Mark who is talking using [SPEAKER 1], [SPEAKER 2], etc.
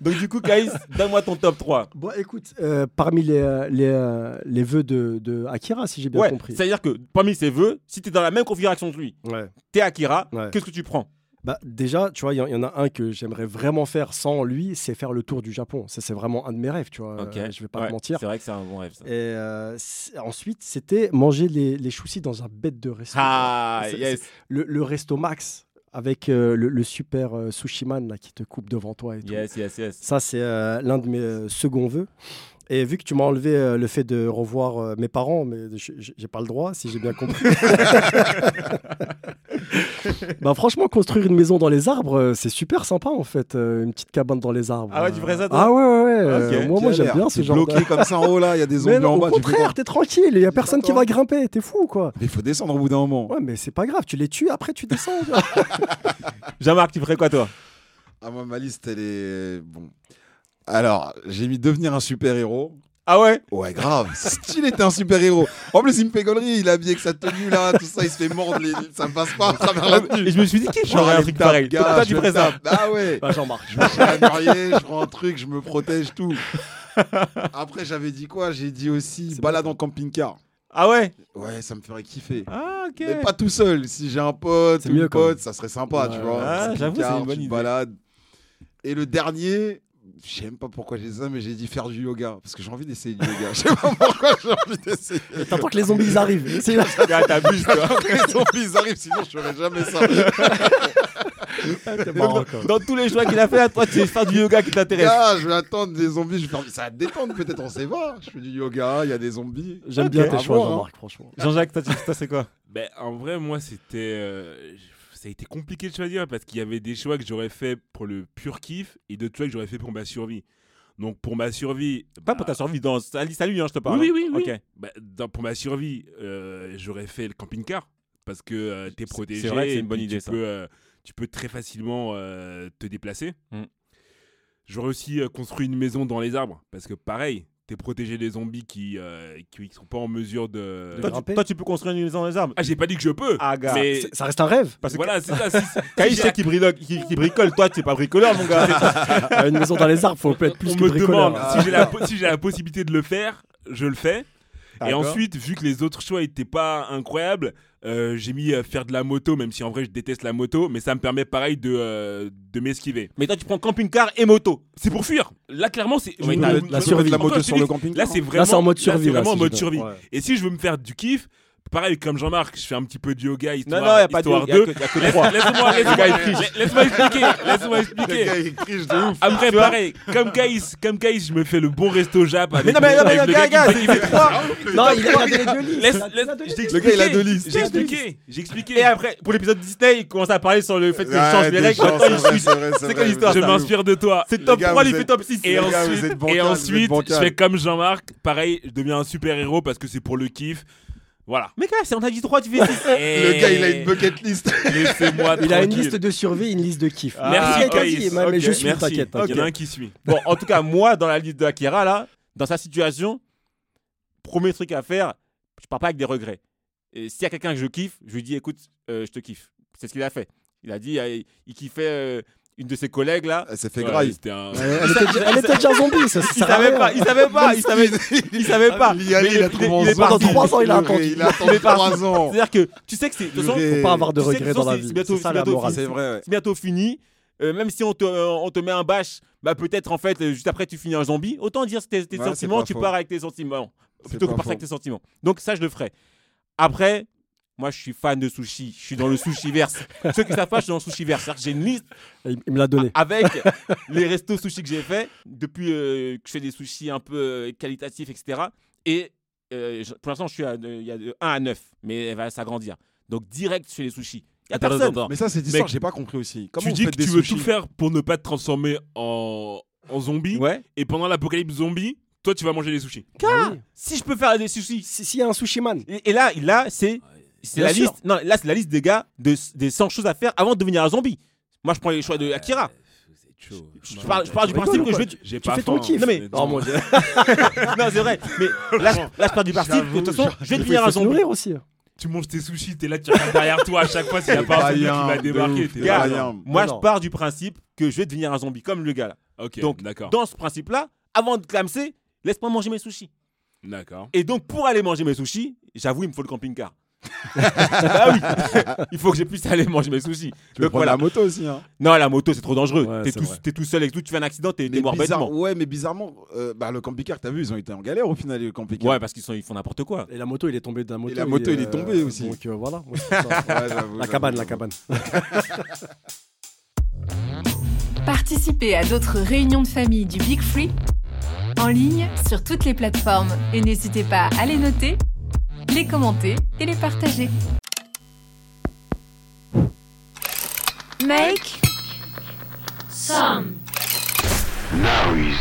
[SPEAKER 1] Donc du coup, Kaïs, donne-moi ton top 3.
[SPEAKER 2] Bon, écoute, euh, parmi les, euh, les, euh, les vœux de, de Akira, si j'ai bien
[SPEAKER 1] ouais,
[SPEAKER 2] compris.
[SPEAKER 1] c'est-à-dire que parmi ses vœux, si t'es dans la même configuration que lui,
[SPEAKER 2] Ouais.
[SPEAKER 1] t'es Akira,
[SPEAKER 2] Ouais.
[SPEAKER 1] qu'est-ce que tu prends
[SPEAKER 2] Bah, déjà, tu vois, il y, en- il y en a un que j'aimerais vraiment faire sans lui, c'est faire le tour du Japon. Ça, c'est vraiment un de mes rêves, tu vois.
[SPEAKER 1] Ok.
[SPEAKER 2] Euh, Je vais pas
[SPEAKER 1] Ouais,
[SPEAKER 2] te mentir.
[SPEAKER 1] C'est vrai que c'est un bon rêve. Ça.
[SPEAKER 2] Et euh, c'est- ensuite, c'était manger les, les choucis dans un bête de resto.
[SPEAKER 1] Ah,
[SPEAKER 2] C'est-
[SPEAKER 1] yes.
[SPEAKER 2] Le, le resto Max avec euh, le, le super euh, sushiman là, qui te coupe devant toi et tout.
[SPEAKER 1] Yes, yes, yes.
[SPEAKER 2] Ça, c'est euh, l'un de mes euh, seconds vœux. Et vu que tu m'as enlevé euh, le fait de revoir euh, mes parents, mais je- je- j'ai pas le droit, si j'ai bien compris. bah, franchement, construire une maison dans les arbres, euh, c'est super sympa en fait. euh, une petite cabane dans les arbres.
[SPEAKER 1] Ah ouais, tu ferais ça, toi
[SPEAKER 2] Ah ouais, ouais, ouais.
[SPEAKER 1] Ok.
[SPEAKER 2] euh, moi, moi j'aime
[SPEAKER 3] Galère.
[SPEAKER 2] bien ce
[SPEAKER 3] T'es
[SPEAKER 2] genre de-
[SPEAKER 3] bloqué comme ça en haut là, il y a des
[SPEAKER 2] Mais
[SPEAKER 3] zombies
[SPEAKER 2] non,
[SPEAKER 3] en
[SPEAKER 2] au
[SPEAKER 3] bas. tu fais quoi
[SPEAKER 2] contraire, t'es tranquille, il y a personne qui
[SPEAKER 3] D'accord.
[SPEAKER 2] va grimper, t'es fou quoi.
[SPEAKER 3] Mais il faut descendre au bout d'un moment.
[SPEAKER 2] Ouais, mais c'est pas grave, tu les tues, après tu descends.
[SPEAKER 1] Jean-Marc, tu ferais quoi toi
[SPEAKER 3] Ah, moi, ma liste, elle est. Bon. Alors, j'ai mis devenir un super-héros.
[SPEAKER 1] Ah ouais
[SPEAKER 3] Ouais, grave. S'il était un super-héros. En plus, il me fait connerie. Il est habillé avec sa tenue là, tout ça, il se fait mordre. les- Ça me passe pas à travers la tenue.
[SPEAKER 1] Et je me suis dit, qui j'aurais un
[SPEAKER 3] Allez,
[SPEAKER 1] truc
[SPEAKER 3] tape,
[SPEAKER 1] pareil
[SPEAKER 3] gars,
[SPEAKER 1] Toi, toi,
[SPEAKER 3] je
[SPEAKER 1] tu
[SPEAKER 3] me
[SPEAKER 1] ferais ça
[SPEAKER 3] tape. Bah ouais.
[SPEAKER 2] Bah, Jean-Marc.
[SPEAKER 3] Je me fais avarier, je prends un truc, je me protège, tout. Après, j'avais dit quoi J'ai dit aussi
[SPEAKER 2] C'est
[SPEAKER 3] balade en camping-car.
[SPEAKER 1] Ah ouais
[SPEAKER 3] Ouais, ça me ferait kiffer.
[SPEAKER 1] Ah ok.
[SPEAKER 3] Mais pas tout seul. Si j'ai un pote
[SPEAKER 2] C'est
[SPEAKER 3] ou une
[SPEAKER 2] mieux, quand
[SPEAKER 3] pote, ça serait sympa, tu
[SPEAKER 2] Ouais.
[SPEAKER 3] vois.
[SPEAKER 1] Ah,
[SPEAKER 3] Un
[SPEAKER 1] j'avoue, c'est
[SPEAKER 3] car,
[SPEAKER 1] une bonne
[SPEAKER 3] tu te
[SPEAKER 1] idée.
[SPEAKER 3] balades. Et le dernier, je sais même pas pourquoi j'ai dit ça, mais j'ai dit faire du yoga. Parce que j'ai envie d'essayer du yoga. Je sais pas pourquoi j'ai envie d'essayer.
[SPEAKER 2] T'attends que les zombies ils arrivent. C'est là.
[SPEAKER 1] Ah, t'abuses, toi.
[SPEAKER 3] Attends que les zombies arrivent, sinon je ferais jamais ça.
[SPEAKER 2] marrant,
[SPEAKER 1] dans, dans tous les choix qu'il a fait, toi, tu c'est faire du yoga qui t'intéresse.
[SPEAKER 3] Gars, je vais attendre des zombies, je vais faire. mais Ça va détendre peut-être, on sait pas. Je fais du yoga, il y a des zombies.
[SPEAKER 2] J'aime bien
[SPEAKER 3] Ok.
[SPEAKER 2] tes
[SPEAKER 3] Ah
[SPEAKER 2] choix,
[SPEAKER 3] bon, hein.
[SPEAKER 2] Jean-Marc, franchement.
[SPEAKER 1] Jean-Jacques, toi, tu- toi, c'est quoi
[SPEAKER 4] Ben, en vrai, moi, c'était. euh, ça a été compliqué de choisir parce qu'il y avait des choix que j'aurais fait pour le pur kiff et d'autres choix que j'aurais fait pour ma survie. Donc, pour ma survie.
[SPEAKER 1] Pas pour ta survie, dans... salut, salut, hein, je te parle.
[SPEAKER 4] Oui, oui, oui, oui.
[SPEAKER 1] Ok.
[SPEAKER 4] Ah, bah, dans- pour ma survie, euh, j'aurais fait le camping-car parce que euh, t'es
[SPEAKER 1] C'est-
[SPEAKER 4] protégé.
[SPEAKER 1] c'est vrai que c'est
[SPEAKER 4] et
[SPEAKER 1] une bonne
[SPEAKER 4] puis
[SPEAKER 1] idée,
[SPEAKER 4] Tu
[SPEAKER 1] ça.
[SPEAKER 4] peux, euh, tu peux très facilement euh, te déplacer.
[SPEAKER 1] Mm.
[SPEAKER 4] J'aurais aussi euh, construit une maison dans les arbres parce que pareil, t'es protégé des zombies qui euh, qui qui sont pas en mesure de.
[SPEAKER 2] De
[SPEAKER 1] Toi, tu,
[SPEAKER 2] grimper
[SPEAKER 1] toi, tu peux construire une maison dans les arbres.
[SPEAKER 4] Euh, Ah, j'ai pas dit que je peux.
[SPEAKER 1] Ah, gars.
[SPEAKER 4] mais
[SPEAKER 2] C'est- Ça reste un rêve.
[SPEAKER 1] Parce que
[SPEAKER 4] voilà, c'est ça. si- si
[SPEAKER 1] Caïs,
[SPEAKER 4] j'ai
[SPEAKER 1] c'est qui, brilo- qui- qui bricole. Toi, t'es pas bricoleur, mon gars.
[SPEAKER 2] Ah, une maison dans les arbres, faut être plus
[SPEAKER 4] on
[SPEAKER 2] que
[SPEAKER 4] me
[SPEAKER 2] bricoleur.
[SPEAKER 4] demande si j'ai la, po- si j'ai la possibilité de le faire, je le fais. Et
[SPEAKER 1] D'accord.
[SPEAKER 4] ensuite, vu que les autres choix n'étaient pas incroyables, euh, j'ai mis euh, faire de la moto, même si en vrai je déteste la moto, mais ça me permet pareil de, euh, de m'esquiver.
[SPEAKER 1] Mais toi, tu prends camping-car et moto.
[SPEAKER 4] C'est pour fuir. Là, clairement, c'est.
[SPEAKER 2] Ouais, la- la
[SPEAKER 4] Encore,
[SPEAKER 2] survie.
[SPEAKER 4] je
[SPEAKER 3] La
[SPEAKER 4] te
[SPEAKER 3] moto
[SPEAKER 4] dis,
[SPEAKER 3] sur le camping.
[SPEAKER 4] Là, c'est vraiment.
[SPEAKER 2] Là, c'est en mode
[SPEAKER 4] là,
[SPEAKER 2] survie.
[SPEAKER 4] c'est vraiment
[SPEAKER 2] là,
[SPEAKER 4] en
[SPEAKER 2] si
[SPEAKER 4] mode
[SPEAKER 2] je
[SPEAKER 4] survie.
[SPEAKER 2] dois- ouais.
[SPEAKER 4] Et si je veux me faire du kiff, pareil, comme Jean-Marc, je fais un petit peu de yoga, histoire,
[SPEAKER 1] Non, non, y a pas de
[SPEAKER 4] histoire
[SPEAKER 1] y a
[SPEAKER 4] deux.
[SPEAKER 1] que- y a que
[SPEAKER 4] Laisse-
[SPEAKER 1] trois.
[SPEAKER 4] Laisse-moi laisse-moi-
[SPEAKER 1] gars, il triche.
[SPEAKER 4] laisse-moi expliquer. Laisse-moi
[SPEAKER 3] Le
[SPEAKER 4] expliquer.
[SPEAKER 3] gars, il crie, je de
[SPEAKER 1] Ah,
[SPEAKER 3] ouf.
[SPEAKER 4] Après, pareil, comme Kaïs, comme Kaïs, je me fais le bon resto Jap.
[SPEAKER 1] Mais
[SPEAKER 4] avec
[SPEAKER 1] non, mais
[SPEAKER 4] le-
[SPEAKER 1] non, mais
[SPEAKER 4] avec le
[SPEAKER 1] gars,
[SPEAKER 4] gars
[SPEAKER 1] gars,
[SPEAKER 4] qui me-
[SPEAKER 1] il fait trois.
[SPEAKER 2] Non, il a, il a donné deux listes.
[SPEAKER 4] Laisse,
[SPEAKER 2] Il a-
[SPEAKER 4] laisse,
[SPEAKER 2] il a donné
[SPEAKER 4] je
[SPEAKER 2] deux listes.
[SPEAKER 4] t'explique.
[SPEAKER 3] Le gars, il a deux listes.
[SPEAKER 4] J'ai expliqué, j'ai expliqué.
[SPEAKER 1] Et après, pour l'épisode Disney, il commence à parler sur le fait que je change
[SPEAKER 3] Arrête
[SPEAKER 1] les
[SPEAKER 3] de
[SPEAKER 1] règles.
[SPEAKER 3] chanter,
[SPEAKER 1] Maintenant, il
[SPEAKER 3] vrai,
[SPEAKER 1] switch.
[SPEAKER 3] c'est vrai,
[SPEAKER 1] C'est
[SPEAKER 3] c'est
[SPEAKER 1] quoi
[SPEAKER 3] vrai,
[SPEAKER 1] l'histoire,
[SPEAKER 4] je
[SPEAKER 3] c'est vrai.
[SPEAKER 4] m'inspire de toi.
[SPEAKER 1] C'est top
[SPEAKER 3] Les gars,
[SPEAKER 1] 3, il
[SPEAKER 3] vous
[SPEAKER 1] fait
[SPEAKER 3] êtes-
[SPEAKER 1] top 6.
[SPEAKER 4] Et
[SPEAKER 3] Les gars, vous
[SPEAKER 4] ensuite,
[SPEAKER 3] êtes bancal,
[SPEAKER 4] et
[SPEAKER 3] vous êtes
[SPEAKER 4] ensuite je
[SPEAKER 3] bancal.
[SPEAKER 4] fais comme Jean-Marc. Pareil, je deviens un super-héros parce que c'est pour le kiff. Voilà.
[SPEAKER 1] Mais gars, c'est- on a dit 3, tu fais 6.
[SPEAKER 3] Le gars, il a une bucket list.
[SPEAKER 4] Laissez-moi
[SPEAKER 2] Il a une
[SPEAKER 4] tranquille.
[SPEAKER 2] liste de survie, une liste de kiff.
[SPEAKER 1] Ah,
[SPEAKER 2] C'est
[SPEAKER 4] Merci,
[SPEAKER 2] ce qu'il a
[SPEAKER 4] Caïs.
[SPEAKER 2] dit, mais- mais je
[SPEAKER 1] Ok,
[SPEAKER 2] suis,
[SPEAKER 4] Merci.
[SPEAKER 2] t'inquiète.
[SPEAKER 4] Il
[SPEAKER 2] t'inquiète.
[SPEAKER 4] y en a un qui suit.
[SPEAKER 1] Bon, en tout cas, moi, dans la liste de Akira, là, dans sa situation, premier truc à faire, je pars pas avec des regrets. Et s'il y a quelqu'un que je kiffe, je lui dis, écoute, euh, je te kiffe. C'est ce qu'il a fait. Il a dit, euh, il kiffait euh, une de ses collègues, là.
[SPEAKER 3] Elle s'est fait
[SPEAKER 4] Ouais,
[SPEAKER 3] graille.
[SPEAKER 4] c'était un-
[SPEAKER 2] Elle, elle était, déjà- elle était Ah, déjà zombie, ça, ça
[SPEAKER 1] Il
[SPEAKER 2] sert à
[SPEAKER 1] savait
[SPEAKER 2] rien.
[SPEAKER 1] pas, il savait pas, il savait, hein. il savait pas.
[SPEAKER 3] Il y allait,
[SPEAKER 1] Mais
[SPEAKER 3] Ah, il a
[SPEAKER 1] est-
[SPEAKER 3] trouvé
[SPEAKER 1] il est
[SPEAKER 3] en
[SPEAKER 1] parti.
[SPEAKER 3] zombie.
[SPEAKER 2] trois ans, il a
[SPEAKER 3] Purée,
[SPEAKER 2] attendu.
[SPEAKER 3] Il a
[SPEAKER 1] Il est
[SPEAKER 3] attendu
[SPEAKER 1] parti.
[SPEAKER 3] 3 ans.
[SPEAKER 1] C'est-à-dire que tu sais que c'est. De toute façon,
[SPEAKER 3] Purée.
[SPEAKER 2] Faut pas avoir de
[SPEAKER 1] Tu sais que
[SPEAKER 2] regrets
[SPEAKER 1] ça,
[SPEAKER 2] dans la
[SPEAKER 1] c'est
[SPEAKER 2] vie.
[SPEAKER 1] bientôt-
[SPEAKER 2] C'est ça
[SPEAKER 1] c'est
[SPEAKER 2] la
[SPEAKER 1] bientôt
[SPEAKER 2] morale.
[SPEAKER 1] fini.
[SPEAKER 3] C'est vrai, ouais.
[SPEAKER 1] c'est bientôt fini. Euh, même si on te, euh, on te met un bâche, bah peut-être en fait, euh, juste après tu finis un zombie. Autant dire tes, tes
[SPEAKER 3] Ouais, c'est
[SPEAKER 1] sentiments,
[SPEAKER 3] pas
[SPEAKER 1] tu
[SPEAKER 3] faux.
[SPEAKER 1] pars avec tes sentiments.
[SPEAKER 3] C'est
[SPEAKER 1] Plutôt que
[SPEAKER 3] pas
[SPEAKER 1] partir avec
[SPEAKER 3] faux.
[SPEAKER 1] tes sentiments. Donc ça, je le ferai. Après, moi je suis fan de sushi. Je suis dans le sushi verse. Ceux qui savent pas, je suis dans le sushi verse. C'est-à-dire que j'ai une liste
[SPEAKER 2] Il, il me l'a donné.
[SPEAKER 1] avec les restos sushi que j'ai fait depuis euh, que je fais des sushis un peu euh, qualitatifs, etc. Et euh, je- pour l'instant, je suis à de- il y a de 1 à 9, mais elle va s'agrandir. Donc direct chez les sushis. Il y a
[SPEAKER 4] Attends,
[SPEAKER 1] personne.
[SPEAKER 4] attends, attends.
[SPEAKER 3] Mais ça, cette histoire,
[SPEAKER 4] Mec,
[SPEAKER 3] j'ai pas compris aussi. Comment
[SPEAKER 4] tu
[SPEAKER 3] vous
[SPEAKER 4] dis que
[SPEAKER 3] faites des
[SPEAKER 4] tu veux
[SPEAKER 3] sushis
[SPEAKER 4] tout faire pour ne pas te transformer en, en zombie.
[SPEAKER 1] Ouais.
[SPEAKER 4] Et pendant l'apocalypse zombie, toi, tu vas manger des sushis.
[SPEAKER 1] Car
[SPEAKER 2] Ah oui.
[SPEAKER 1] si je peux faire des sushis.
[SPEAKER 2] Si- S'il y a un sushi man,
[SPEAKER 1] Et, et là, et là c'est c'est
[SPEAKER 2] Bien
[SPEAKER 1] la
[SPEAKER 2] sûr.
[SPEAKER 1] liste. Non, là, c'est la liste des gars de, des 100 choses à faire avant de devenir un zombie. Moi, je prends les choix de Akira. Je parle, je parle du
[SPEAKER 2] rigoles
[SPEAKER 1] principe
[SPEAKER 2] ou
[SPEAKER 1] que je
[SPEAKER 2] quoi
[SPEAKER 1] vais.
[SPEAKER 4] J'ai
[SPEAKER 2] tu
[SPEAKER 4] pas
[SPEAKER 2] fais
[SPEAKER 4] faim,
[SPEAKER 2] ton kiff.
[SPEAKER 1] Non, mais-
[SPEAKER 4] honnêtement.
[SPEAKER 2] Oh, mon Dieu.
[SPEAKER 1] non, c'est vrai. Mais là, je- là, je pars du principe que de toute façon, je vais
[SPEAKER 2] il
[SPEAKER 1] devenir un
[SPEAKER 2] faut se
[SPEAKER 1] zombie.
[SPEAKER 2] nourrir aussi.
[SPEAKER 4] Tu manges tes sushis, t'es là, tu regardes derrière toi à chaque fois s'il n'y a
[SPEAKER 3] T'es
[SPEAKER 4] pas un zombie qui
[SPEAKER 3] païen,
[SPEAKER 4] va
[SPEAKER 3] de
[SPEAKER 4] débarquer.
[SPEAKER 3] ouf,
[SPEAKER 4] t'es
[SPEAKER 3] t'es
[SPEAKER 4] là,
[SPEAKER 1] Gars,
[SPEAKER 3] païen.
[SPEAKER 1] moi,
[SPEAKER 2] Non,
[SPEAKER 1] je
[SPEAKER 2] non.
[SPEAKER 1] pars du principe que je vais devenir un zombie, comme le gars là.
[SPEAKER 4] Ok,
[SPEAKER 1] Donc,
[SPEAKER 4] d'accord.
[SPEAKER 1] Dans ce principe-là, avant de clamser, laisse-moi manger mes sushis.
[SPEAKER 4] D'accord.
[SPEAKER 1] Et donc, pour aller manger mes sushis, j'avoue, il me faut le camping-car. ah oui, il faut que je puisse aller manger mes sushis.
[SPEAKER 3] Tu veux
[SPEAKER 1] Donc,
[SPEAKER 3] prendre
[SPEAKER 1] voilà.
[SPEAKER 3] la moto aussi. Hein.
[SPEAKER 1] Non, la moto, c'est trop dangereux.
[SPEAKER 4] Ouais,
[SPEAKER 1] t'es,
[SPEAKER 4] c'est
[SPEAKER 1] tout,
[SPEAKER 4] vrai.
[SPEAKER 1] t'es tout seul et tout, tu fais un accident, t'es, t'es
[SPEAKER 3] Mais
[SPEAKER 1] mort
[SPEAKER 3] bizarre-
[SPEAKER 1] bêtement.
[SPEAKER 3] Ouais, mais bizarrement, euh, bah, le camping-car, t'as vu, ils ont été en galère au final, les camping-car.
[SPEAKER 1] Ouais, parce qu'ils sont, ils font n'importe quoi.
[SPEAKER 2] Et la moto, il est tombé de la moto.
[SPEAKER 3] la moto, il est tombé
[SPEAKER 2] euh,
[SPEAKER 3] aussi.
[SPEAKER 2] Donc euh, voilà. moi, c'est pour ça.
[SPEAKER 3] Ouais, j'avoue,
[SPEAKER 2] La cabane, la
[SPEAKER 3] j'avoue.
[SPEAKER 2] cabane.
[SPEAKER 5] Participez à d'autres réunions de famille du Big Free en ligne sur toutes les plateformes et n'hésitez pas à les noter, les commenter et les partager. Make
[SPEAKER 6] Some.
[SPEAKER 7] noise.